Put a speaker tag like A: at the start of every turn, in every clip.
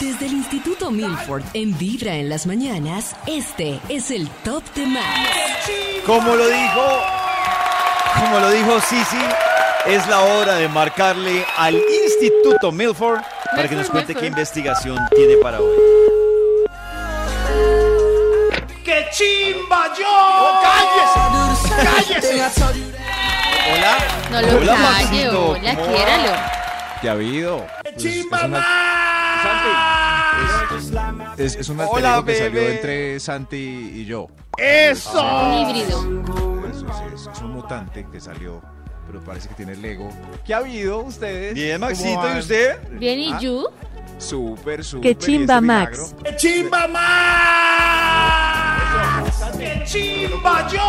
A: Desde el Instituto Milford en Vibra en las mañanas, este es el Top de Max.
B: Como lo dijo, como lo dijo Sisi, es la hora de marcarle al Instituto Milford para que nos cuente qué investigación tiene para hoy.
C: ¡Qué chimba yo! ¡Cállese! ¡Cállese!
B: Hola.
D: No lo
B: Hola,
D: calle,
B: Maxito,
D: hola,
B: ¿cómo
D: quiéralo.
E: ¿Qué ha habido?
C: ¡Qué
E: Pues, es,
C: chimba
E: una- es- es un alter
B: Hola,
E: ego que salió
B: bebé.
E: entre Santi y yo. Ah,
B: ¡Eso!
D: Un híbrido.
E: Eso sí, es, es un mutante que salió, pero parece que tiene el ego. ¿Qué ha habido ustedes?
B: Bien,
E: ¿Cómo
B: Maxito,
E: van?
B: ¿y usted?
D: Bien, ¿y
E: Ah,
D: you?
E: Súper, súper.
F: Qué
E: ¿y este
F: chimba, Max.
E: milagro?
C: ¡Qué chimba más! ¡Qué chimba yo!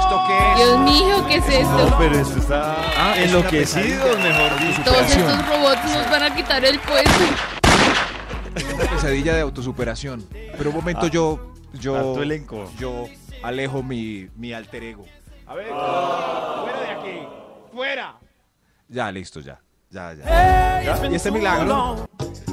E: ¿Esto qué es?
D: Dios mío, ¿qué es esto?
B: pero esto está
E: Ah, es una
B: enloquecido, mejor dicho.
D: Todos estos robots nos van a quitar el puesto.
E: Una pesadilla de autosuperación. Pero un momento,
B: Ah,
E: yo, yo,
B: harto elenco.
E: yo alejo mi, mi alter ego.
C: A ver, fuera de aquí. ¡Fuera!
E: Ya, listo, ya. Ya, ya. ¿Y este milagro?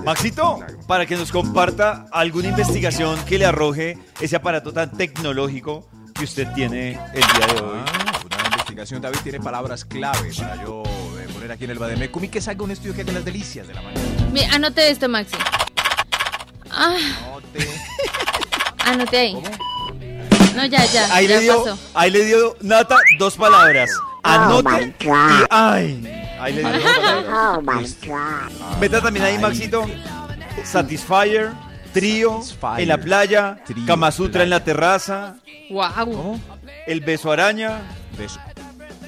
B: Maxito, para que nos comparta alguna investigación que le arroje ese aparato tan tecnológico que usted tiene el día de hoy.
E: Ah, una investigación. David tiene palabras clave para yo eh, poner aquí en el Bademecum y que salga un estudio que haga las delicias de la mañana.
D: Mi- Anote esto, Maxi. Ah,
E: No te-
D: anote ahí. No, ya, ya.
B: Ahí
D: ya
B: le dio,
D: pasó.
B: ahí le dio Nata dos palabras. Anote y ay. Ahí le dio dos palabras. Meta también ahí, Maxito. Satisfyer, trío
E: Satisfyer,
B: en la playa,
E: trío,
B: Kama Sutra en la terraza,
D: Wow.
B: el beso araña,
E: Beso,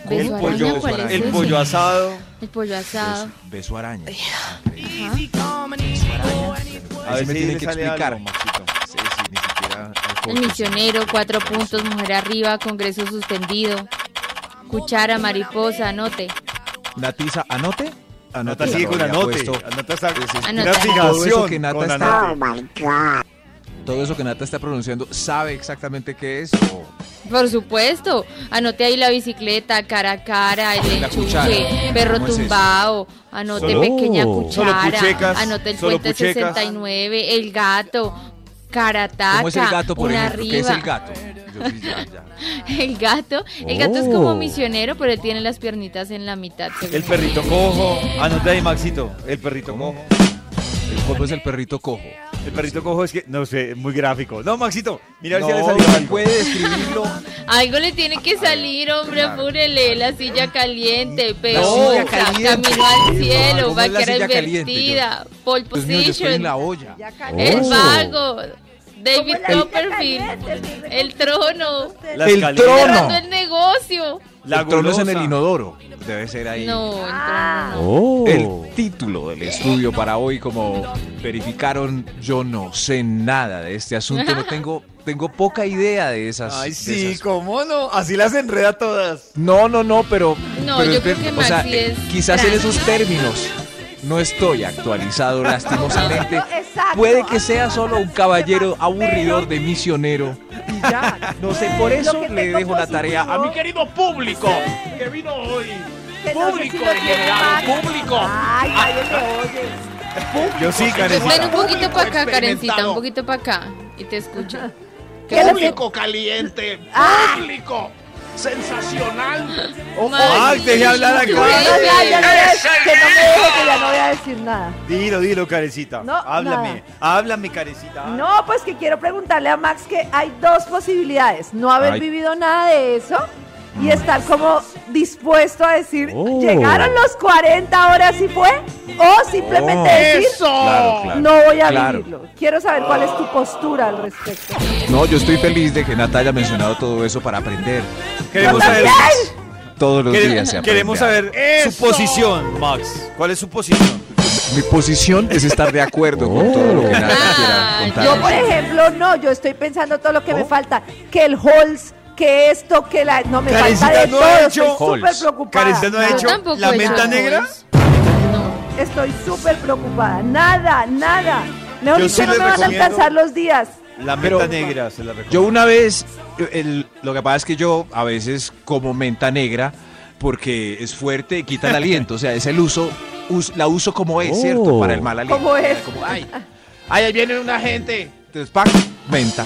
B: el
D: ¿Beso
B: pollo,
D: araña? ¿Cuál es
B: el
D: ese?
B: pollo asado.
D: El pollo asado.
E: beso, beso araña. Ah,
B: A
E: A
B: ver si
E: ver, me tienen que
B: sale
E: explicar.
B: algo, Maxito.
E: Sí, sí, ni siquiera hay
D: El
B: Pues,
E: fotos.
D: misionero, cuatro puntos, mujer arriba, congreso suspendido. Cuchara, mariposa, anote.
E: Natiza, anote.
B: Nata sigue con
E: Gloria,
B: anote.
E: puesto.
B: Nata está
D: Anota.
B: una
E: Todo eso
B: fijación
E: que Nata
B: con
E: está-
B: Anote.
E: Todo eso que Nata está pronunciando, ¿sabe exactamente qué es?
D: Por supuesto, anote ahí la bicicleta, cara a cara, el
E: La cuchara.
D: enchuche, perro
E: ¿Cómo es eso?
D: tumbao, anote
B: Solo-
D: pequeña
B: Solo
D: cuchara,
B: puchecas,
D: anote el
B: solo
D: puente
B: puchecas.
D: 69, el gato, carataca,
E: ¿Cómo es el gato, por
D: una
E: ejemplo? ¿Qué es
D: arriba.
E: el gato? Yo sí, ya, ya.
D: El gato, el gato es
E: Oh.
D: como misionero, pero él tiene las piernitas en la mitad. según
B: El perrito cojo. Anota ahí, Maxito. El perrito cojo.
E: El polvo es el perrito cojo.
B: El perrito cojo es que, no sé, muy gráfico. No, Maxito, mira a ver si
E: No,
B: le salió
E: no
B: algo.
E: puede describirlo.
D: Algo le tiene que salir, hombre,
E: claro.
D: apúrele. La silla caliente,
E: La silla
D: peor,
E: caliente.
D: camino al cielo,
E: ¿Cómo es la
D: vaquera
E: silla caliente,
D: invertida, pole
E: Dios mío, yo estoy en
D: position,
E: la olla.
D: el
E: Oh.
D: vago, David Copperfield, el trono,
B: Las
E: El
B: caleras,
E: trono.
D: cerrando el negocio.
B: La
E: el trono es en
B: golosa.
E: el inodoro. Debe ser ahí.
D: No, el
G: Ah.
D: trono no.
B: Oh.
E: El título del estudio para hoy, como verificaron, yo no sé nada de este asunto, no tengo, tengo poca idea de esas.
B: Ay,
E: de
B: sí,
E: esas-
B: cómo no. Así las enreda todas.
E: No, no, no, pero,
D: No,
E: pero
D: yo
E: es
D: creo
E: ver-
D: que
E: o sea,
D: Maxi es
E: quizás en
D: trans.
E: esos términos no estoy actualizado lastimosamente. Puede que sea solo un caballero aburridor de misionero. Y ya, no sé, por eso le dejo la tarea a mi
C: Querido público que vino hoy. Público
G: lo
C: degenerado, público.
G: Ay, nadie me oye.
B: Yo sí,
D: Ven un
B: Karencita.
D: poquito para acá,
C: experimentado.
D: Karencita, un poquito para acá. Y te escucho.
C: Público caliente.
H: Ah.
C: Público. Sensacional.
B: ay, dejé hablar acá.
G: Ya, ya no voy a- que no me deje, que ya no voy a decir nada.
B: Dilo, dilo, Karencita.
G: No,
B: háblame, háblame, Karencita.
G: No, pues que quiero preguntarle a Max que hay dos posibilidades. No haber
E: Ay.
G: vivido nada de eso y estar como dispuesto a decir,
E: Oh.
G: llegaron los 40, ahora sí fue, o simplemente decir,
E: Claro, claro.
G: no voy a
E: Oh. Claro.
G: vivirlo. Quiero saber cuál es tu postura al respecto.
E: No, yo estoy feliz de que Nata haya mencionado todo eso para aprender.
B: Ah, Queremos
E: Todos
B: saber,
E: los días- Todos los días
B: queremos,
E: se aprende
B: queremos
E: algo.
B: saber su posición, Max. ¿Cuál es su posición?
E: Mi posición es estar de acuerdo con todo lo que Nata
D: Ah,
E: quiera
G: Yo,
E: contar.
G: por ejemplo, no, yo estoy pensando todo lo que me falta. Que el Halls, que esto, que la... No, me falta
B: Karencita
G: de
B: no
G: todo.
B: ha
G: Estoy
B: hecho
G: súper
E: Halls.
G: preocupada.
B: Karencita no ha
D: Yo
B: hecho
D: tampoco
B: la
D: he hecho
B: menta
D: algo
B: negra.
D: de eso. No.
G: Estoy súper preocupada. Nada, nada. Leonita,
B: sí
G: no
B: les
G: me van a
B: recomiendo-
G: alcanzar los días.
B: La
E: Pero-
B: menta negra se la recomiendo.
E: Yo una vez, el- lo que pasa es que yo a veces como menta negra, porque es fuerte, quita el aliento. O sea, es el uso, us- la uso como es, ¿cierto? Para el mal aliento.
G: ¿Cómo es?
E: Como, ay,
C: Ay, ahí viene una gente.
E: entonces, ¡pac! menta.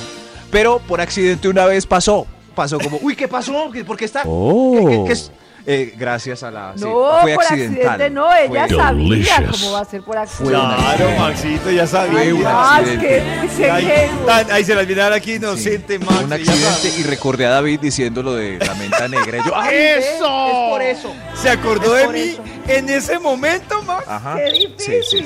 E: Pero por accidente una vez pasó. Pasó como, uy, ¿qué pasó? ¿Qué- ¿Por qué está? ¿Qué- qué- qué es? Eh, gracias a la... sí,
G: no,
E: fue
G: por
E: accidental.
G: accidente no. Ella
E: Fue-
G: sabía cómo va a ser por accidente.
B: Claro, Maxito, ya
E: Fue un
B: sabía.
G: Ah, es
E: accidente.
G: que- es que-
B: Ahí, tan- ahí se la mirar aquí, inocente,
E: Sí,
B: Max.
E: un
B: ya
E: accidente
B: sabes.
E: y recordé a David diciendo lo de la menta negra. Y yo, "Ah, ¡ay!
C: ¡Eso! Es por eso.
B: Se acordó de mí en ese momento, Max.
E: Ajá.
G: Qué
E: Sí,
G: difícil.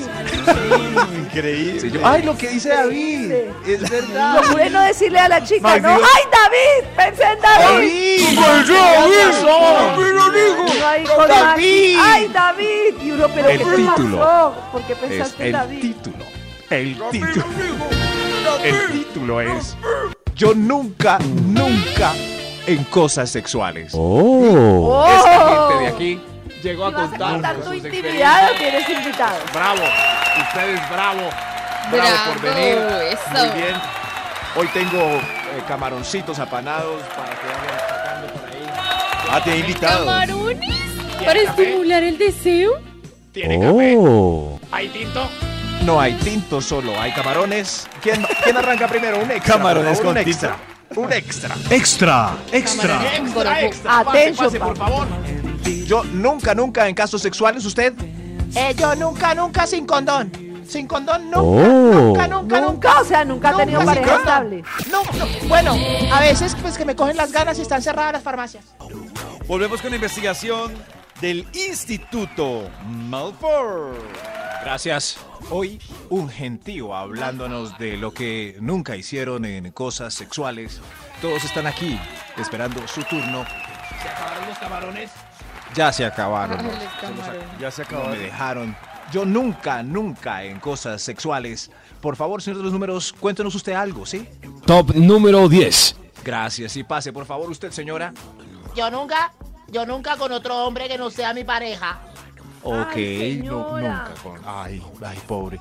E: sí, sí.
B: Increíble.
E: Ah. Sí, yo, ¡Ay, lo que dice David! Es verdad.
G: Procure no decirle a la chica,
B: Max,
G: ¿no?
B: digo-
G: ¡Ay, David! ¡Pensé en David! Uno ahí con Max,
C: David!
G: ¡Ay, David! Y uno, ¿pero
E: El
G: qué te
E: título
G: pasó? ¿Por qué
E: Es
G: pensaste en
E: el
G: David?
E: título. El título. El título es Yo nunca, nunca en cosas sexuales.
G: ¡Oh!
E: Esta gente de aquí llegó
G: Si
E: a
G: vas a
E: contar
G: contar tu intimidad o tienes invitado?
E: Bravo, ustedes bravo. Bravo por
D: Bravo,
E: venir. Muy
D: eso.
E: bien. Hoy tengo eh, camaroncitos apanados para que vayan sacando por ahí.
B: Ah, te he invitado.
D: ¿Camarones? ¿Para estimular el deseo?
C: Tiene café.
E: Oh.
C: Ahí, Tinto.
E: No hay tinto solo, hay camarones. ¿Quién, quién arranca primero? Un extra.
B: Camarones con
E: por favor, un
B: tinto.
E: extra. Un extra.
F: Extra, extra.
C: Extra, extra.
G: Atención,
C: pase, pase, por favor.
E: Yo nunca, nunca en casos sexuales, usted.
C: Eh, yo nunca, nunca sin condón. Sin condón, nunca, nunca, nunca, nunca.
G: Nunca, o sea, nunca ha tenido
C: Nunca,
G: pareja
C: nunca.
G: estable.
C: No, no. Bueno, a veces pues que me cogen las ganas y están cerradas las farmacias.
B: Volvemos con la investigación del Instituto Malfour.
E: Gracias. Hoy un gentío hablándonos de lo que nunca hicieron en cosas sexuales. Todos están aquí esperando su turno. ¿Se acabaron los camarones? Ya se acabaron.
B: Ya se
E: No me dejaron. Yo nunca, nunca en cosas sexuales. Por favor, señor de los números, cuéntenos usted algo, ¿sí?
F: Top número 10.
E: Gracias y pase, por favor, usted, señora.
H: Yo nunca, yo nunca con otro hombre que no sea mi pareja.
E: Ok,
G: Ay,
E: no,
G: señora.
E: nunca con. Ay, ay, pobre.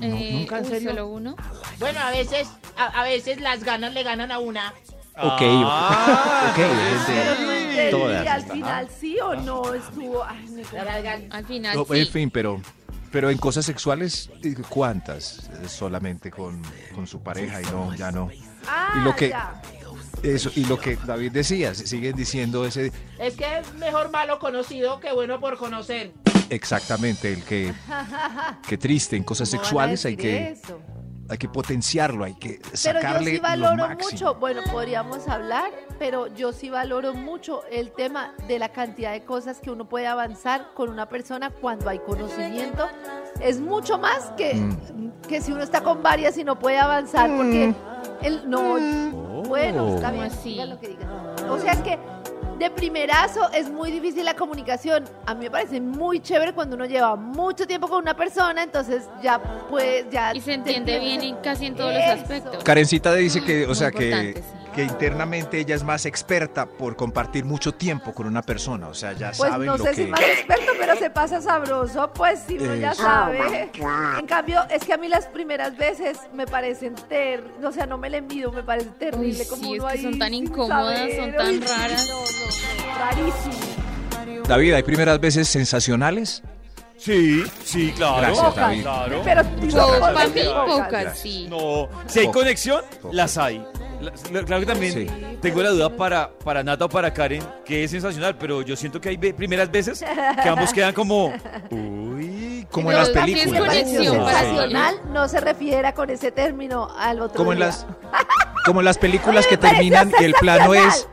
D: Eh,
E: nunca,
D: uy, solo uno.
H: Bueno, a veces, a, a veces las ganas le ganan a una.
E: Ok,
B: Ah,
E: ok,
G: Pero no
E: gente,
G: entendí, al
E: todas.
G: final sí o no estuvo. Ay, me
D: Al final
E: No,
D: sí.
E: en fin, pero, pero en cosas sexuales, eh, ¿cuántas? Eh, Solamente con, con su pareja y no, ya no.
G: Ah,
E: Y lo que-
G: ya.
E: Eso, y lo que David decía, si- siguen diciendo ese
H: Es que es mejor malo conocido que bueno por conocer.
E: exactamente el que, que triste en cosas
G: ¿Cómo van a
E: sexuales hay
G: decir
E: que,
G: eso?
E: hay que potenciarlo, hay que
G: Pero yo
E: sacarle
G: sí
E: lo
G: valoro
E: máximo.
G: mucho, bueno, podríamos hablar, pero yo sí valoro mucho el tema de la cantidad de cosas que uno puede avanzar con una persona cuando hay conocimiento. Es mucho más que,
E: Mm.
G: que si uno está con varias y no puede avanzar porque el no.
E: Mm. Oh.
G: Bueno, está
D: ¿Cómo
G: bien,
D: así?
G: diga lo que diga. O sea, es que de primerazo es muy difícil la comunicación. A mí me parece muy chévere cuando uno lleva mucho tiempo con una persona, entonces ya pues ya
D: Y se
G: te
D: entiende bien
G: entiendes
D: en casi en todos los
G: Eso.
D: aspectos.
E: Karencita dice que,
G: Mm,
E: o
D: Muy
E: sea, que,
D: importante, sí.
E: que internamente ella es más experta por compartir mucho tiempo con una persona, o sea, ya
G: Pues
E: saben
G: no
E: lo
G: sé
E: que...
G: si más experto, pero se pasa sabroso, pues si uno ya
E: Eso.
D: Oh
G: sabe. En cambio, es que a mí las primeras veces me parecen ter, o sea, no me le mido, me parece terrible
D: Uy,
G: como
D: sí,
G: uno
D: es que
G: ahí
D: son tan
G: sin
D: incómodas,
G: saber.
D: son tan
G: Uy, sí,
D: raras.
G: no, no, no, rarísimo.
E: David, ¿hay primeras veces sensacionales?
B: Sí, sí, claro.
E: Gracias,
G: Pocas,
E: David.
B: Claro.
G: Pero
E: gracias.
D: Pocas,
G: pocas,
D: para mí, pocas,
E: Gracias.
D: sí.
B: No, si hay
E: Pocas.
B: conexión,
E: Pocas.
B: las hay. Las- la- Claro que también
E: Sí.
B: tengo la duda para, para Nata o para Karen, que es sensacional, pero yo siento que hay ve- primeras veces que ambos quedan como... Uy,
E: Como en las
D: Pero así es
E: películas.
D: conexión,
B: Sí.
G: sensacional no se refiera con ese término al otro
E: como en
G: día.
E: las como en las películas que
G: Oye, me
E: terminan y
G: pareció
E: el plano es,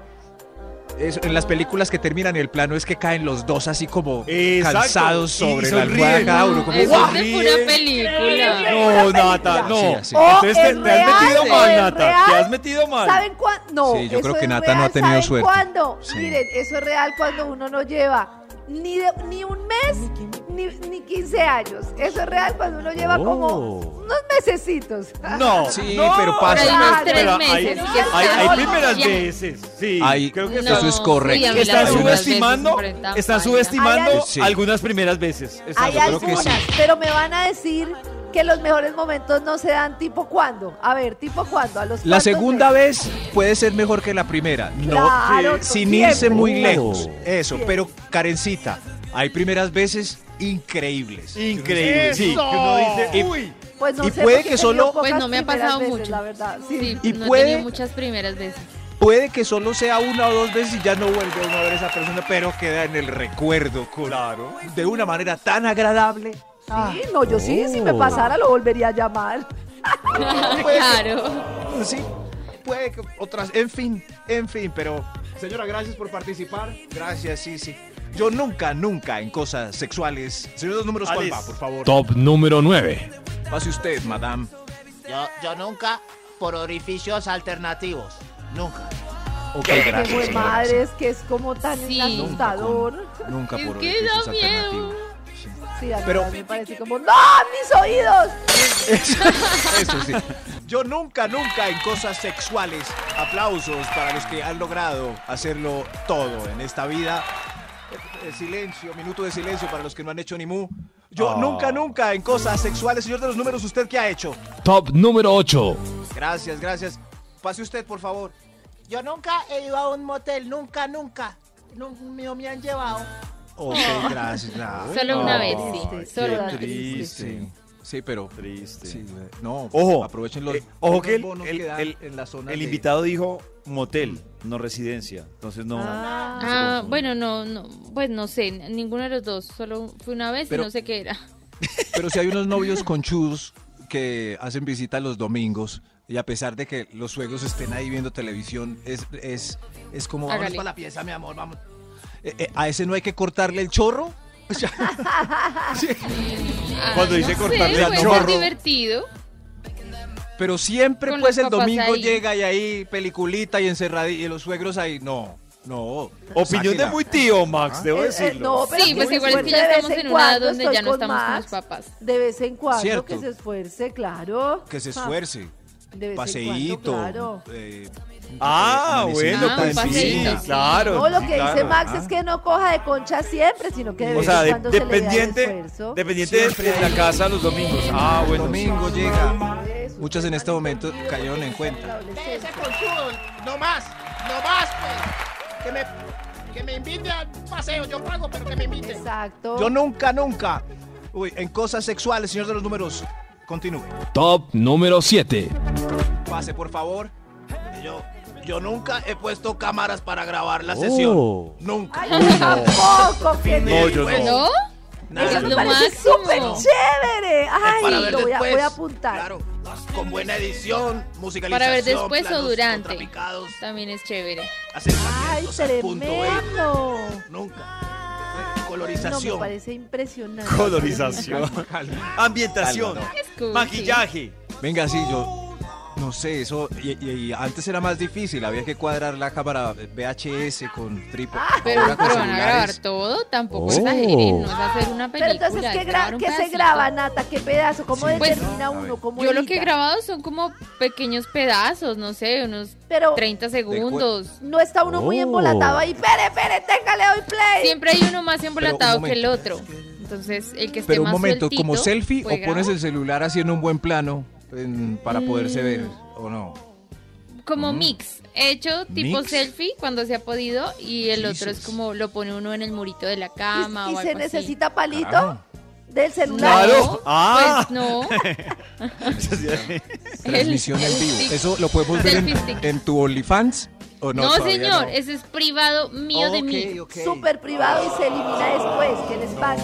E: es- en las películas que terminan y el plano es que caen los dos así como
B: Exacto.
E: cansados
B: Y
E: sobre la
B: sonríen.
E: almohada cada uno como
D: Eso es
E: ¡guau!
D: de
B: ¡Guau!
D: pura
B: No,
D: película.
B: Nata, no.
E: Sí, así.
G: O
B: Entonces te,
G: es
B: te has
G: real,
B: metido
D: o
B: mal,
G: es
B: Nata. Te
G: real.
B: has metido mal.
G: ¿Saben cuándo? No,
E: Sí, yo
G: eso
E: creo que
G: es
E: Nata no ha
G: real,
E: tenido
G: ¿saben
E: suerte.
G: cuándo?
E: Sí.
G: Miren, eso es real cuando uno no lleva ni, de- ni un mes, ni, ni 15 años. Eso es real cuando uno lleva
E: Oh.
G: como unos mesecitos.
B: No.
E: Sí,
B: no,
E: pero pasa.
D: Por ahí unos tres
B: pero hay,
D: meses, que
B: hay- hay
D: está-
B: primeras
D: ya-
B: veces. Sí,
E: Hay-
B: creo que
D: No,
B: está-
E: eso es
D: sí,
E: correcto.
D: a mí
B: Están
D: la
E: Hay unas-
B: subestimando,
D: veces enfrentan
B: están
D: páginas.
B: subestimando
E: Sí.
B: algunas primeras veces. Exacto,
G: Hay
B: creo que
G: algunas,
B: sí.
G: pero me van a decir que los mejores momentos no se dan tipo cuándo. A ver, tipo cuándo. A los
E: La
G: cuantos
E: segunda
G: meses.
E: vez puede ser mejor que la primera. No,
G: Claro,
E: que- sin
G: siempre.
E: irse muy
F: Claro.
E: lejos. Eso,
G: Siempre.
E: pero Karencita, hay primeras veces increíbles.
B: Increíble. Sí, que
H: ¡Eso!
B: uno dice,
E: Y-
B: uy,
G: Pues no
E: Y
G: sé,
E: puede
G: porque
E: que
G: he
E: solo-
G: tenido
D: Pues
G: pocas
D: no me ha
G: primeras
D: pasado
G: veces,
D: mucho.
G: La verdad, sí.
D: Ah, Sí,
E: Y
D: no
E: puede-
D: he tenido muchas primeras veces.
E: Puede que solo sea una o dos veces y ya no vuelve uno a ver a esa persona, pero queda en el recuerdo, claro. De una manera tan agradable.
G: Sí, no, yo sí, si
E: Oh.
G: me pasara lo volvería a llamar.
D: claro.
E: Sí, puede que otras, en fin, en fin, pero señora, gracias por participar. Gracias, sí, sí. Yo nunca, nunca en cosas sexuales. Señor dos números, ¿cuál
B: Alex.
E: va, por favor?
F: Top número 9.
E: Pase usted, madame.
H: Yo, yo nunca por orificios alternativos. Nunca.
E: Ok,
G: Qué
E: gracias.
G: buen
E: señora.
G: madre, es que es como tan
D: Sí.
G: asustador.
E: Nunca
D: Es
E: por
D: que
E: orificios
D: da miedo.
E: alternativos. Sí.
G: Sí, a mí
E: Pero-
G: también me parece como, ¡No! ¡Mis oídos!
E: Eso sí. Yo nunca, nunca en cosas sexuales. Aplausos para los que han logrado hacerlo todo en esta vida. Eh, eh, Silencio, minuto de silencio para los que no han hecho ni mu. Yo
B: Ah.
E: nunca, nunca en cosas sexuales. Señor de los números, ¿usted qué ha hecho?
F: Top número 8.
E: Gracias, gracias. Pase usted, por favor.
H: Yo nunca he ido a un motel. Nunca, nunca. No, no me han llevado.
E: Ok, gracias. Ah.
D: Solo una vez,
G: Ay,
D: sí. Solo una
G: qué
D: vez.
B: triste,
E: Sí, pero...
B: triste.
E: no,
B: Ojo,
E: aprovechen los,
B: eh, ojo
E: los
B: que el-
E: bonos
B: el-
E: que dan
B: el-
E: en la zona
B: El
E: de-
B: invitado dijo motel, no residencia. Entonces no. no se
D: Ah,
B: confunde.
D: bueno, no, no, pues no sé, ninguno de los dos, solo fue una vez
E: Pero-
D: y no sé qué era.
E: Pero si hay unos novios conchudos que hacen visita los domingos y a pesar de que los suegros estén ahí viendo televisión, es, es, es como, vamos
D: Hágale.
E: para la pieza, mi amor, vamos. Eh, eh, ¿A ese no hay que cortarle el chorro? O sea,
B: Cuando
D: Ah,
B: dice
D: no
B: cortarle
D: sé,
B: el
D: puede ser
B: chorro.
D: divertido.
E: Pero siempre
D: Con
E: pues
D: los
E: el
D: papás
E: domingo
D: ahí.
E: llega y ahí peliculita y encerrada y los suegros ahí, no, no.
B: Opinión de
E: sáquela.
B: muy tío, Max, debo
G: Eh, eh,
B: decirlo.
G: no, pero
D: Sí, pues
G: que
D: igual es
G: se
D: que ya
G: esfuerce de
D: estamos
G: vez
D: en una edad
G: cuando,
D: donde
G: estoy
D: ya no
G: con
D: estamos con
G: Max.
D: los papás.
G: De vez en cuando
E: Cierto.
G: que se esfuerce, claro.
E: Que se
G: Ah,
E: esfuerce,
G: de vez en cuando,
E: paseíto.
G: claro.
E: eh,
B: Ah,
E: amanecida,
B: bueno,
D: Ah,
B: pues
D: un
B: sí,
D: paseíto.
B: claro.
G: No, lo
B: sí,
G: que dice
B: claro.
G: Max es que no coja de concha siempre, sino que de
B: O
G: vez
B: sea,
G: en
B: de-
G: cuando se le da el
B: dependiente,
G: esfuerzo.
B: dependiente de- de la casa los domingos. Ah,
E: El
B: bueno.
E: domingo llega.
G: Eso,
E: Muchas en este momento cayeron en cuenta.
H: Deje ese conchudo. No más. No más, pues. Que me, que me invite al paseo. Yo pago, pero que me invite.
G: Exacto.
E: Yo nunca, nunca. Uy, en cosas sexuales, señor de los números, continúe.
F: Top número 7.
E: Pase, por favor.
H: Yo, yo nunca he puesto cámaras para grabar la sesión.
F: Oh.
H: Nunca.
G: Ay, yo tampoco, que
B: No, yo
H: Pues,
B: no.
D: ¿No?
H: Nada.
D: Es
G: Eso me
D: lo
G: parece
D: máximo.
G: súper chévere.
H: para
G: Ay,
H: ver
G: lo voy a,
H: después.
G: voy a apuntar.
H: Claro, con buena edición, musicalización.
D: Para ver después o
H: planos
D: durante.
H: contrapicados,
D: También es chévere.
G: Ay,
H: acercamientos al punto B,
G: tremendo.
H: Nunca.
G: No, me
H: Colorización.
G: parece impresionante.
B: Colorización, ambientación,
E: Calma,
D: Es cursi.
B: maquillaje.
E: Venga, sí, yo. No sé, eso. Y, y- y antes era más difícil, había que cuadrar la cámara VHS con triple.
D: Ah, Pero,
E: ahora con
D: pero van a grabar
E: celulares.
D: todo, tampoco
F: Oh.
D: exageren, no es hacer una
G: Pero
D: película.
G: entonces, ¿qué,
D: es
G: gra-
D: grabar un
G: qué se
D: pedacito.
G: graba, Nata? ¿Qué pedazo? ¿Cómo
E: Sí. Pues,
G: determina
E: a ver.
G: uno? ¿Cómo
D: Yo lo que he
G: edita?
D: grabado son como pequeños pedazos, no sé, unos
G: Pero
D: 30 segundos.
G: no está uno muy
F: Oh.
G: embolatado ahí. Pere, pere, tenga, le doy play.
D: Siempre hay uno más embolatado que
E: momento.
D: el otro. Entonces, el que esté
E: Pero un
D: más
E: momento,
D: sueltito,
E: como selfie,
D: puede
E: o
D: pues,
E: pones
D: grabar.
E: el celular así en un buen plano en- para poderse ver,
D: Mm.
E: o no.
D: como mix, hecho tipo
E: Mix.
D: selfie cuando se ha podido y el otro es
E: Jesus.
D: como lo pone uno en el murito de la
G: ¿Y-
D: cama
G: ¿Y,
D: o
G: se
D: algo así.
G: necesita palito
E: Carajo.
G: del
D: No,
G: celular?
B: Claro. Ah.
D: Pues no. El-
E: Transmisión en
D: el
E: vivo.
D: stick.
E: ¿Eso lo podemos ver en,
D: Selfie stick.
E: en tu OnlyFans? ¿O Oh, no?
D: No,
E: Todavía
D: señor,
E: no.
G: Eh,
D: ese es privado mío de mí.
E: Ok, ok.
G: Súper privado y se elimina después. ¿Qué les pasa?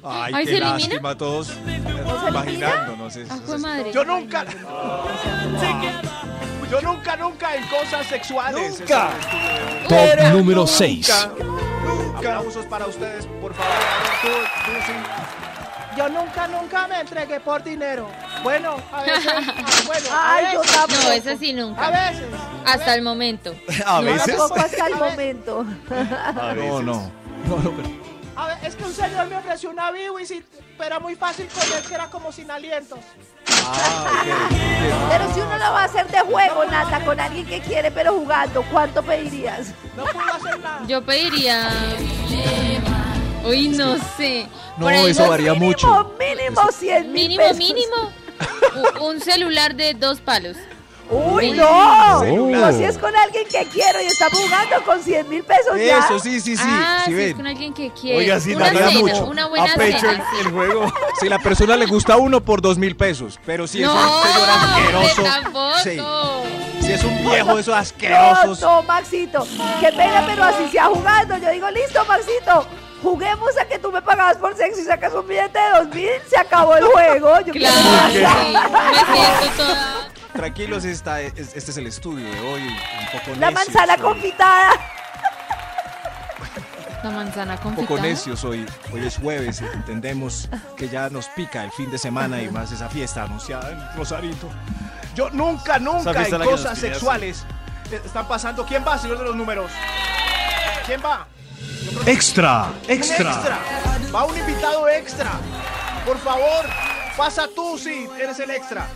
E: Ay,
D: Ay,
E: qué
D: ¿se elimina?
E: lástima a todos eh, imaginándonos eso.
D: Ah, fue madre.
E: Yo nunca, yo nunca, nunca en cosas sexuales.
B: Nunca.
F: Top número 6.
E: Aplausos para ustedes, por favor. A ver, tú, tú sí.
C: Yo nunca, nunca me entregué por dinero. Bueno, a veces. ah, bueno, a
G: Ay, yo
C: veces,
G: tampoco.
D: No, es así
C: A
D: nunca.
C: veces.
D: Hasta el momento.
B: A
G: Yo
B: veces.
G: tampoco hasta el
C: A ver.
G: momento.
B: A veces.
E: No, no. No, no, pero
C: A ver, es que un señor me ofreció una Biwis, y- pero era muy fácil comer, que era como sin alientos.
G: Pero si uno lo va a hacer de juego, Nata, con alguien que quiere, pero jugando, ¿cuánto pedirías?
C: No pudo hacer nada.
D: Yo pediría. Uy, no sé.
E: No,
D: Por ahí
E: eso
D: los-
E: varía
G: mínimo,
E: mucho.
G: Mínimo 100 mil
D: Mínimo,
G: pesos.
D: mínimo. u- Un celular de dos palos.
G: ¡Uy,
D: Uy,
G: no!
F: celular.
G: No, si es con alguien que quiero y está jugando con 100 mil pesos Oh, ya.
E: Eso, sí, sí, sí.
D: ah, si
E: sí,
D: es
E: ven.
D: con alguien que quiere.
B: Oiga, si
D: una
B: nada
D: cena,
B: mucho.
D: una
B: a
D: buena
B: pecho el,
D: cena.
B: el juego.
E: Si la persona le gusta a uno por dos mil pesos, pero si
D: No,
E: es un señor asqueroso,
D: tampoco.
E: sí. si es un viejo de esos
G: No,
E: asquerosos,
G: no, Maxito. Qué pena, pero así sea jugando. Yo digo, listo, Maxito. Juguemos a que tú me pagabas por sexo y sacas un billete de 2000. Se acabó el juego. Yo quiero
D: Claro, sí.
G: jugar.
D: Me siento toda.
E: tranquilos, esta es- este es el estudio de hoy, un poco
G: La
E: necios
G: manzana
E: hoy,
G: confitada.
D: La manzana
E: Un
D: con
E: poco necios hoy, hoy es jueves, entendemos que ya nos pica el fin de semana y más esa fiesta anunciada en Rosarito.
C: Yo nunca,
B: Esa
C: nunca
B: fiesta
C: en
B: la que nos
C: cosas
B: pide hacer.
C: sexuales eh, están pasando. ¿Quién va, señor de los números? ¿Quién va?
F: Extra,
C: Un extra. Va un invitado extra. Por favor, pasa tú si eres el extra.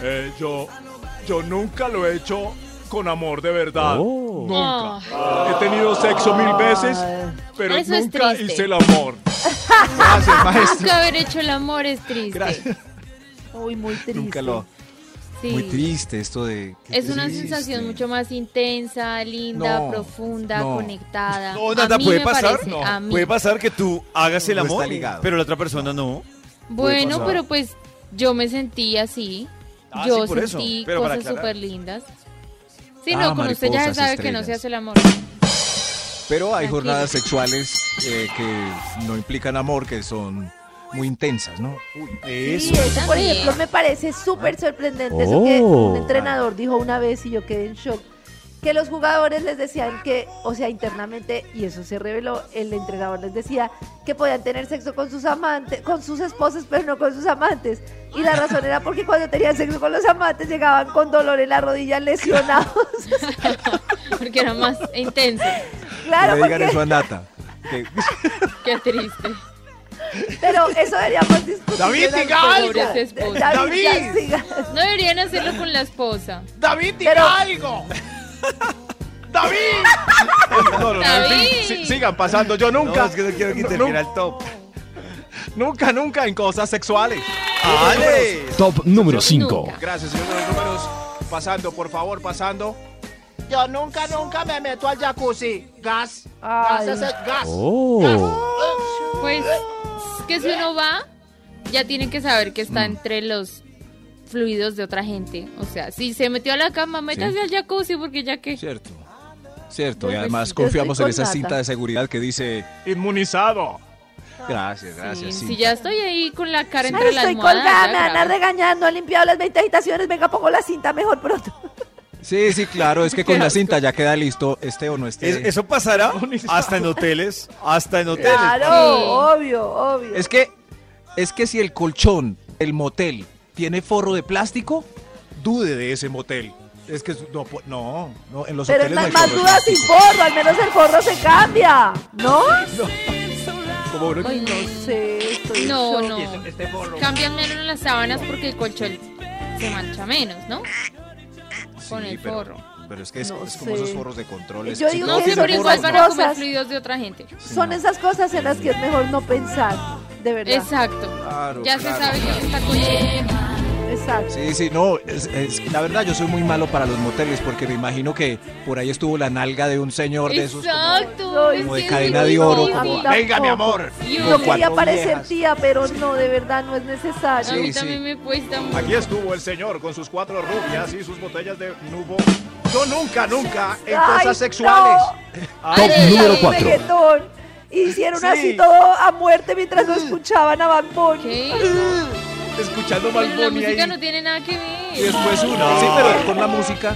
F: Eh, yo, yo nunca lo he hecho con amor de verdad.
D: Oh,
F: He tenido sexo mil veces, pero
D: Eso es nunca triste. hice el
F: amor.
E: Gracias, maestro.
D: nunca haber hecho el amor es triste.
E: Gracias.
G: Uy, muy triste.
E: Nunca lo.
D: Sí.
E: Muy triste esto de. qué
D: Es una
E: triste.
D: sensación mucho más intensa, linda,
E: No,
D: profunda,
E: no.
D: conectada.
B: No,
D: A
B: nada,
D: mí
B: puede
D: me
B: pasar.
D: parece, a mí.
B: Puede pasar que tú hagas el
E: No
B: amor,
E: está ligado.
B: pero la otra persona no.
D: Bueno,
E: pasar.
D: pero pues yo me sentí así.
B: Ah,
D: yo
B: sí, por eso,
D: sentí
B: pero para
D: cosas
B: aclarar.
D: súper lindas. Sí,
E: Ah,
D: no, con usted ya se
E: mariposas,
D: sabe que no se
E: estrellas.
D: hace el amor.
E: Pero hay
D: Tranquilo.
E: jornadas sexuales eh, que no implican amor, que son muy intensas, ¿no?
G: Sí, eso, por
D: También.
G: ejemplo, me parece súper sorprendente eso que
E: Oh.
G: un entrenador dijo una vez y yo quedé en shock. Que los jugadores les decían que, o sea, internamente, y eso se reveló, el entrenador les decía que podían tener sexo con sus amantes, con sus esposas, pero no con sus amantes. Y la razón era porque cuando tenían sexo con los amantes llegaban con dolor en la rodilla, lesionados.
D: Porque era más intenso.
E: no
G: claro,
E: le digan
G: porque-
E: eso a Nata. que-
D: Qué triste.
G: pero eso deberíamos discutir.
C: David,
G: en algún
C: diga
G: momento.
D: algo. Pobre
G: David, ya
C: David.
G: siga.
D: No deberían hacerlo con la esposa.
C: David, diga
G: Pero-
C: algo. David.
E: No, no,
D: David.
E: sí- sigan pasando. Yo nunca,
B: No, es que no quiero que termine el top.
E: nunca, nunca en cosas sexuales.
B: Ah, ¡Ale!
F: Top número 5.
D: Nunca.
E: Gracias, señor de los números. Pasando, por favor, pasando.
C: Yo nunca, nunca me meto al jacuzzi. Gas.
G: Ay.
C: Gas, ese- gas.
D: Pues es que si uno va, ya tienen que saber que está entre los fluidos de otra gente. O sea, si se metió a la cama, métase al jacuzzi porque ya que...
E: Cierto. Cierto, y
G: Yo
E: además
G: estoy- yo
E: confiamos en
G: estoy
E: esa
G: con Nata.
E: cinta de seguridad que dice inmunizado. Gracias, gracias.
D: Sí,
E: sí.
D: Si ya estoy ahí con la cara
G: Ay,
D: entre la
G: estoy
D: almohada. ya
G: colgada, me van a
D: grave.
G: regañar, no he limpiado las 20 habitaciones, venga, pongo la cinta mejor pronto.
E: Sí, sí, claro, es que con la cinta ya queda listo, esté o no esté.
B: Es- eso pasará hasta en hoteles, hasta en hoteles.
G: Claro,
D: Sí.
G: obvio, obvio.
E: Es que, es que si el colchón, el motel, tiene forro de plástico, dude de ese motel. Es que no, po- no, no, en los
D: Eh,
G: Pero
E: hoteles no hay
G: están más
E: forro de
G: dudas sin
E: plástico.
G: forro, al menos el forro se cambia, ¿no?
E: Como uno-
D: Ay, no.
G: Sí, estoy
D: No,
G: en shock.
D: no.
E: este
D: Cambian menos las sábanas porque el colchón se mancha menos, ¿no? Con
E: Sí,
D: el
E: pero-
D: forro.
E: Pero es que es,
G: No
E: es como esos
G: sé.
E: forros de controles.
G: Yo digo
D: No,
G: que
D: sí,
G: son
D: pero igual
G: esas
D: van a comer
G: cosas.
D: fluidos de otra gente.
G: Son esas cosas en las que es mejor no pensar, de verdad.
D: Exacto.
E: Claro,
D: Ya se
E: claro.
D: sabe que está con
G: Exacto.
E: Sí, sí, no, es- es- la verdad yo soy muy malo para los moteles porque me imagino que por ahí estuvo la nalga de un señor de esos. como-
D: Exacto.
G: como
E: de
D: es que
E: cadena
D: es muy
E: de oro,
D: difícil.
E: como-
G: Tampoco.
C: Venga, mi amor.
D: Y
G: Yo
D: uno-
G: quería
E: cuatro
G: parecer
E: viejas.
G: tía, pero no, de verdad, no es
D: A
G: necesario.
D: mí
E: Sí, sí.
D: también me cuesta mucho.
C: Aquí estuvo el señor con sus cuatro rubias y sus botellas de nubo. Yo nunca, nunca en
G: Ay,
C: cosas sexuales.
G: no.
F: Top
D: Ay,
F: número
D: ay,
F: 4.
G: reggaetón. Hicieron
C: Sí.
G: así todo a muerte mientras lo escuchaban a Bad Bunny.
D: ¿Qué?
C: Escuchando
D: Pero la
C: Balboni
D: música
C: ahí.
D: no tiene nada que
E: Y
D: ver.
E: después uno. Sí, pero con la música,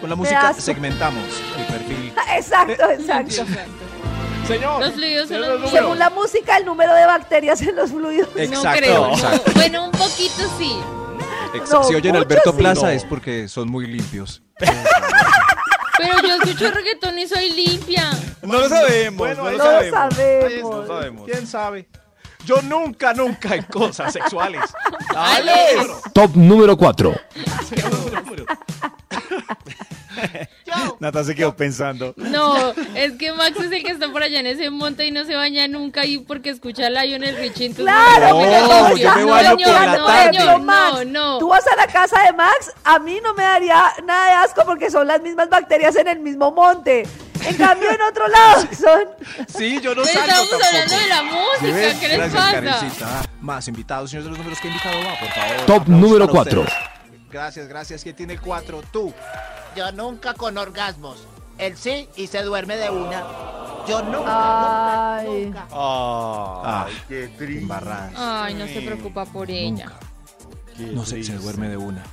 E: con la música
G: asco.
E: segmentamos el perfil.
G: Exacto,
C: Eh,
G: exacto.
D: Exacto.
C: Señor.
D: Los fluidos son
C: señor
D: los
C: de
D: números.
G: Según la música, el número de bacterias en los fluidos.
B: Eh,
D: no
E: Exacto,
D: creo. no.
E: exacto.
D: Bueno, un poquito sí.
E: Ex-
G: No,
E: si oyen
G: mucho
E: Alberto
G: sí.
E: Plaza
G: No.
E: es porque son muy limpios.
D: Pero yo escucho reggaetón y soy limpia.
B: No lo sabemos, no lo
G: No
B: sabemos.
G: sabemos.
B: No sabemos.
C: ¿Quién sabe? Yo nunca, nunca en cosas sexuales.
D: ¡Alex!
F: Top número 4.
H: Yo,
B: Nata se quedó pensando.
D: No, es que Max es el que está por allá en ese monte y no se baña nunca y porque escucha a Lionel Richie. entonces-
G: Claro,
B: No,
G: porque
B: yo
G: yo
B: me baño
G: señor,
B: por la
G: no,
B: tarde.
G: señor,
D: No,
G: Max,
D: no.
G: Tú vas a la casa de Max, a mí no me daría nada de asco porque son las mismas bacterias en el mismo monte. En cambio, en otro lado son.
E: Sí, yo no
D: Pero
E: salgo
D: Pues Estamos
E: tampoco.
D: hablando de la
E: ¿Sí ves?
D: música, ¿qué les
E: Gracias,
D: pasa?
E: Karencita. Ah, Más invitados, señores de los números, ¿qué invitado va, por favor?
F: Top
E: Aplausos
F: número
E: para
F: 4.
E: ustedes. Gracias, gracias. ¿Quién tiene cuatro? Tú.
H: yo nunca con orgasmos. Él sí y se duerme de una. Yo nunca,
G: Ay.
H: nunca, nunca.
B: Ah,
E: Ay,
B: qué triste.
E: Embarrada.
D: Ay, no se preocupa por ella.
E: Nunca. No sé, se duerme de una.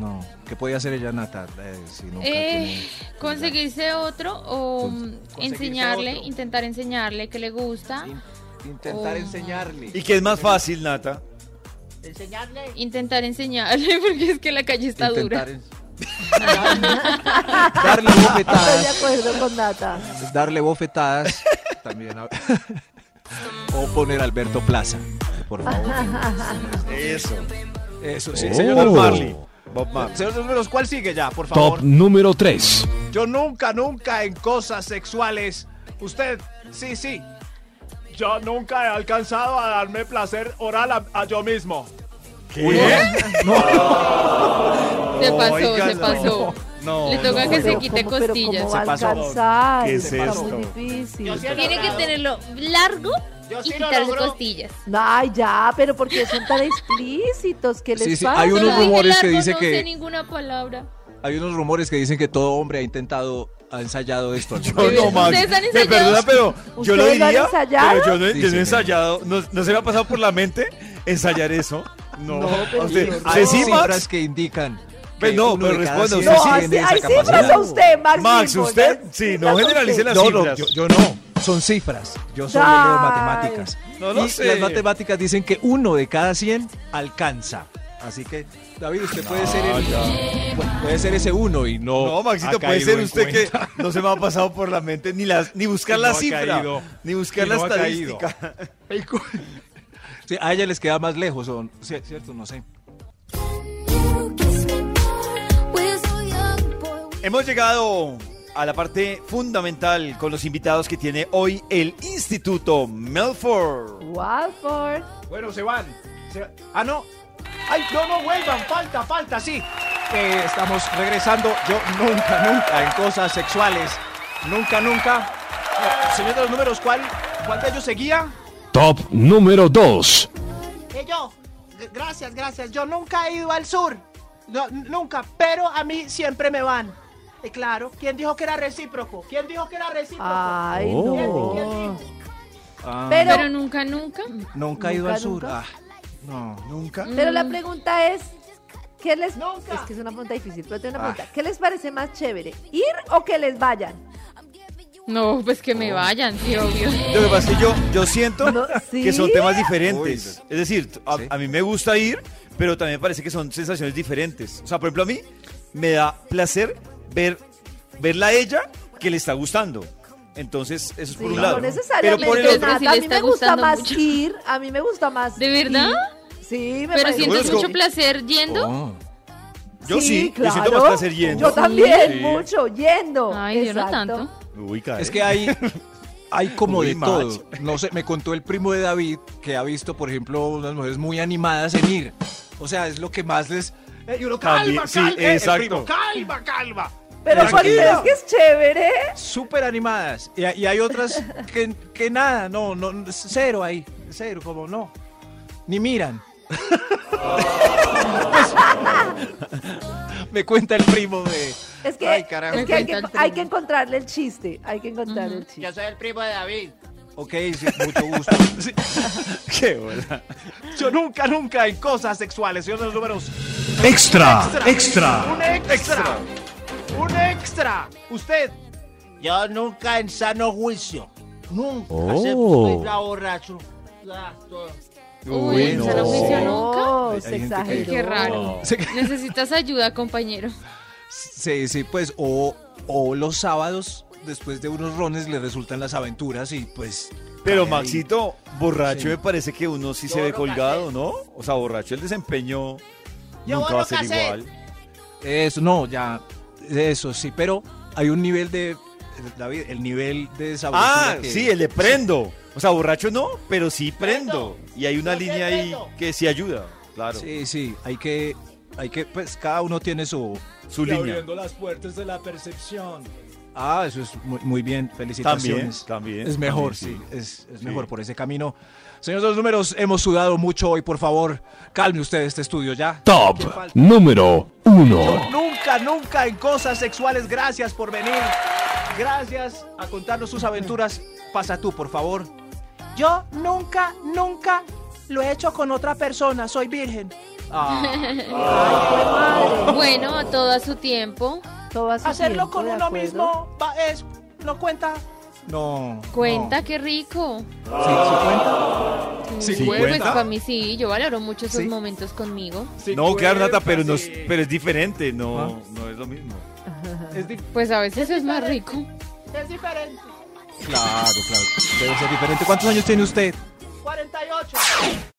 E: No. ¿Qué podía hacer ella, Nata? Eh, si nunca
D: Eh,
E: tiene-
D: conseguirse otro o mm,
E: Conseguirse
D: enseñarle,
E: otro.
D: intentar enseñarle que le gusta,
E: In- Intentar
D: Oh.
E: enseñarle.
B: ¿Y qué es más fácil, Nata?
H: Enseñarle.
D: intentar enseñarle porque es que la calle está dura.
E: Intentar en- darle
B: Ah.
G: Estoy de
E: bofetadas.
G: acuerdo con Nata.
E: Darle bofetadas. También. a- o poner a Alberto Plaza. Por favor.
B: Eso.
E: Eso sí,
F: Oh.
E: señor
B: Bob
F: Oh.
B: Marley. Bob Marley.
C: Señor de los números, ¿cuál sigue ya, por favor?
F: Top número 3.
C: Yo nunca, nunca en cosas sexuales. Usted, sí, sí. Yo nunca he alcanzado a darme placer oral a, a yo mismo.
D: Se pasó,
B: Oiga,
D: se
B: no.
D: pasó.
B: No.
D: Le toca
B: no,
D: que se
B: no.
G: Pero
D: quite
G: ¿cómo- pero cómo
D: costillas.
G: va a
B: Se pasó.
G: alcanzar?
B: ¿Qué es
G: Está muy
B: esto?
H: Yo sí
G: difícil.
H: lo
D: Tiene que
H: logrado.
D: tenerlo largo
H: Yo
D: y
H: sí lo
D: quitarse
H: logro.
D: costillas.
G: Ay, ya, pero porque son tan explícitos? ¿Qué les
E: Sí, sí,
G: pasa?
E: hay unos
D: Solo dije
E: rumores que
D: largo,
E: dice
D: no
E: que-
D: sé ninguna palabra.
E: Hay unos rumores que dicen que todo hombre ha intentado, ha ensayado esto. alguna
B: Yo
E: vez.
B: no, Max.
D: ¿Ustedes han
B: Me
D: ensayado?
B: perdona, pero yo lo
G: ¿Ustedes lo han
B: diría.
G: ensayado?
B: Pero yo no,
E: Sí,
B: yo no he
E: señor.
B: ensayado. ¿No, no se me ha pasado por la mente ensayar eso? No.
G: pero
B: Usted-
G: Dios,
B: ¿Usted
E: Hay
B: sí,
E: cifras
B: Max?
E: que indican.
B: Pues
E: que
B: no,
E: uno
B: pero
E: de cada
B: responda,
E: cien
B: usted
G: No,
B: sí
G: ahí sí,
E: tiene esa
G: ahí sí
E: capacidad.
G: pasó usted, Max.
B: Max,
G: Milford,
B: usted.
G: ahí
B: Sí,
G: sí
B: no
G: pasó
B: generalice
G: usted.
B: las
E: No, no,
B: cifras.
E: yo, yo no. Son cifras. Yo solo
G: Ay.
E: leo matemáticas.
B: No lo
E: y
B: sé.
E: las matemáticas dicen que uno de cada 100 alcanza. Así que, David, usted puede ser el- pu- puede ser ese uno y no.
B: No, Maxito,
E: ha
B: puede
E: caído
B: ser
E: en
B: usted que
E: cuenta.
B: no se me ha pasado por la mente ni las ni buscar
F: Y
B: la
F: no ha
B: cifra,
F: caído.
B: ni buscar
F: Y
B: la
F: no ha caído.
B: estadística.
E: Sí, a ella les queda más lejos, o, sí, ¿cierto? No sé.
B: Hemos llegado a la parte fundamental con los invitados que tiene hoy el Instituto Melford.
G: Walford.
C: Bueno, se van. Se- Ah, no. Ay, no, no vuelvan. Falta, falta, sí. Eh, estamos regresando. Yo nunca, nunca en cosas sexuales. Nunca, nunca. Eh, señor de los números, ¿cuál, cuál de ellos seguía?
F: Top número 2.
H: Que yo, g- gracias, gracias. Yo nunca he ido al sur. No, n- nunca, pero a mí siempre me van. Eh, claro, ¿quién dijo que era recíproco? ¿Quién dijo que era recíproco?
G: Ay,
F: Oh.
G: no.
E: Ah,
G: Pero,
D: Pero nunca, nunca.
E: nunca he ido
G: nunca,
E: al sur.
G: nunca.
E: Ah, no.
B: Nunca.
G: pero
D: mm.
G: la pregunta es, ¿qué les...
H: Nunca.
G: Es que es una pregunta difícil, pero tengo una
E: Ah.
G: pregunta. ¿Qué les parece más chévere? ¿Ir o que les vayan?
D: No, pues que me vayan, sí, obvio.
B: Lo que pasa es que yo, yo siento
G: No, ¿sí?
B: que son temas diferentes. es decir, a,
E: Sí.
B: a mí me gusta ir, pero también me parece que son sensaciones diferentes. O sea, por ejemplo, a mí me da placer ver, verla a ella que le está gustando. Entonces, eso es por
G: Sí,
B: un lado.
G: no
B: pero
G: necesariamente.
B: por el
D: Pero
B: otro,
D: sí le
G: Nata, a mí
D: está
G: me gusta
D: gustando
G: más
D: mucho.
G: ir, a mí me gusta más
D: ¿De
G: ir.
D: verdad?
G: Sí, me
D: Pero
G: parece
D: sientes
B: Bueno,
D: mucho placer yendo.
E: Oh.
B: yo sí, yo siento más
G: claro.
B: placer yendo.
G: Yo también,
B: Sí.
G: mucho, yendo.
D: Ay, yo no
G: Oh, Exacto.
D: tanto.
B: Uy, cae.
E: Ah, Es que hay, hay como
B: Uy,
E: de
B: macho.
E: todo. No sé, me contó el primo de David que ha visto, por ejemplo, unas mujeres muy animadas en ir. O sea, es lo que más les.
C: Eh, y uno,
B: También,
C: calma,
B: sí,
C: calma. eh, el
B: exacto.
C: primo, calma, calma.
G: Pero por
B: Tranquila.
G: es que es chévere.
E: Súper animadas. Y, hay- y hay otras que, que nada, no, no, cero ahí. Cero, como no. Ni miran. Pues, me cuenta el primo de.
G: Es que,
E: Ay, carajo.
G: es que hay,
D: Me
G: que,
D: encanta el
G: hay
D: primo.
G: que encontrarle el chiste. Hay que encontrarle el
H: Yo
G: chiste.
H: soy el primo de David.
E: Ok, sí, mucho gusto. Sí.
B: Qué bola.
C: Yo nunca, nunca en cosas sexuales. Señor de los números.
F: Extra,
C: Un extra. Un extra. Usted.
H: Yo nunca en sano juicio. Nunca.
F: Oh.
H: Siempre estoy bravo, borracho. Ah, todo.
D: Uy, en
B: no.
D: sala de juicio nunca.
G: No,
E: Hay
G: se
E: gente que-
G: exageró.
D: Qué raro.
E: Sí.
D: Necesitas ayuda, compañero.
E: Sí, sí, pues, o, o los sábados después de unos rones le resultan las aventuras y pues...
B: Pero
E: cae ahí.
B: Maxito, borracho
E: Sí.
B: me parece que uno sí se
H: Yo
B: ve
H: lo
B: colgado,
H: casé.
B: ¿no? O sea, borracho el desempeño
H: Yo
B: nunca
H: lo
B: va a ser
H: casé.
B: igual.
E: Eso, no, ya, eso sí, pero hay un nivel de... David, el nivel de desaventura
B: Ah,
E: que-
B: sí, el de prendo. O sea, borracho no, pero sí prendo.
H: Prendo.
B: Y hay una
H: Yo sí
B: línea ahí
H: prendo.
B: que sí ayuda, claro.
E: Sí, sí, hay que, hay que, pues cada uno tiene su...
B: Su
F: Y
B: línea.
F: abriendo las puertas de la percepción.
E: Ah, eso es muy, muy bien,
B: También,
E: felicitaciones.
B: también.
E: Es mejor, sí,
B: también,
E: es, es mejor por ese camino. Señores de los números, hemos sudado mucho hoy, por favor, calme usted este estudio ya.
F: Top número uno.
C: Nunca, nunca en cosas sexuales. Gracias por venir. Gracias a contarnos sus aventuras. Pasa tú, por favor.
H: Yo nunca, nunca lo he hecho con otra persona. Soy virgen.
D: Bueno, a todo a su tiempo.
G: Todo a su
H: Hacerlo
G: tiempo,
H: con
G: ¿de
H: uno
G: acuerdo?
H: mismo va- es, no cuenta.
E: No.
D: Cuenta, qué rico.
E: no. Sí, sí cuenta.
D: Sí, Pues
B: cuenta.
D: para mí sí, yo valoro mucho esos
E: Sí.
D: momentos conmigo.
B: No, claro, Nata, pero, no, es-
F: sí.
B: pero es diferente, no,
E: Ah.
B: no es lo mismo.
D: Pues a veces es más rico.
H: Es diferente.
E: Claro, claro. Debe ser diferente. ¿Cuántos años tiene usted?
H: 48.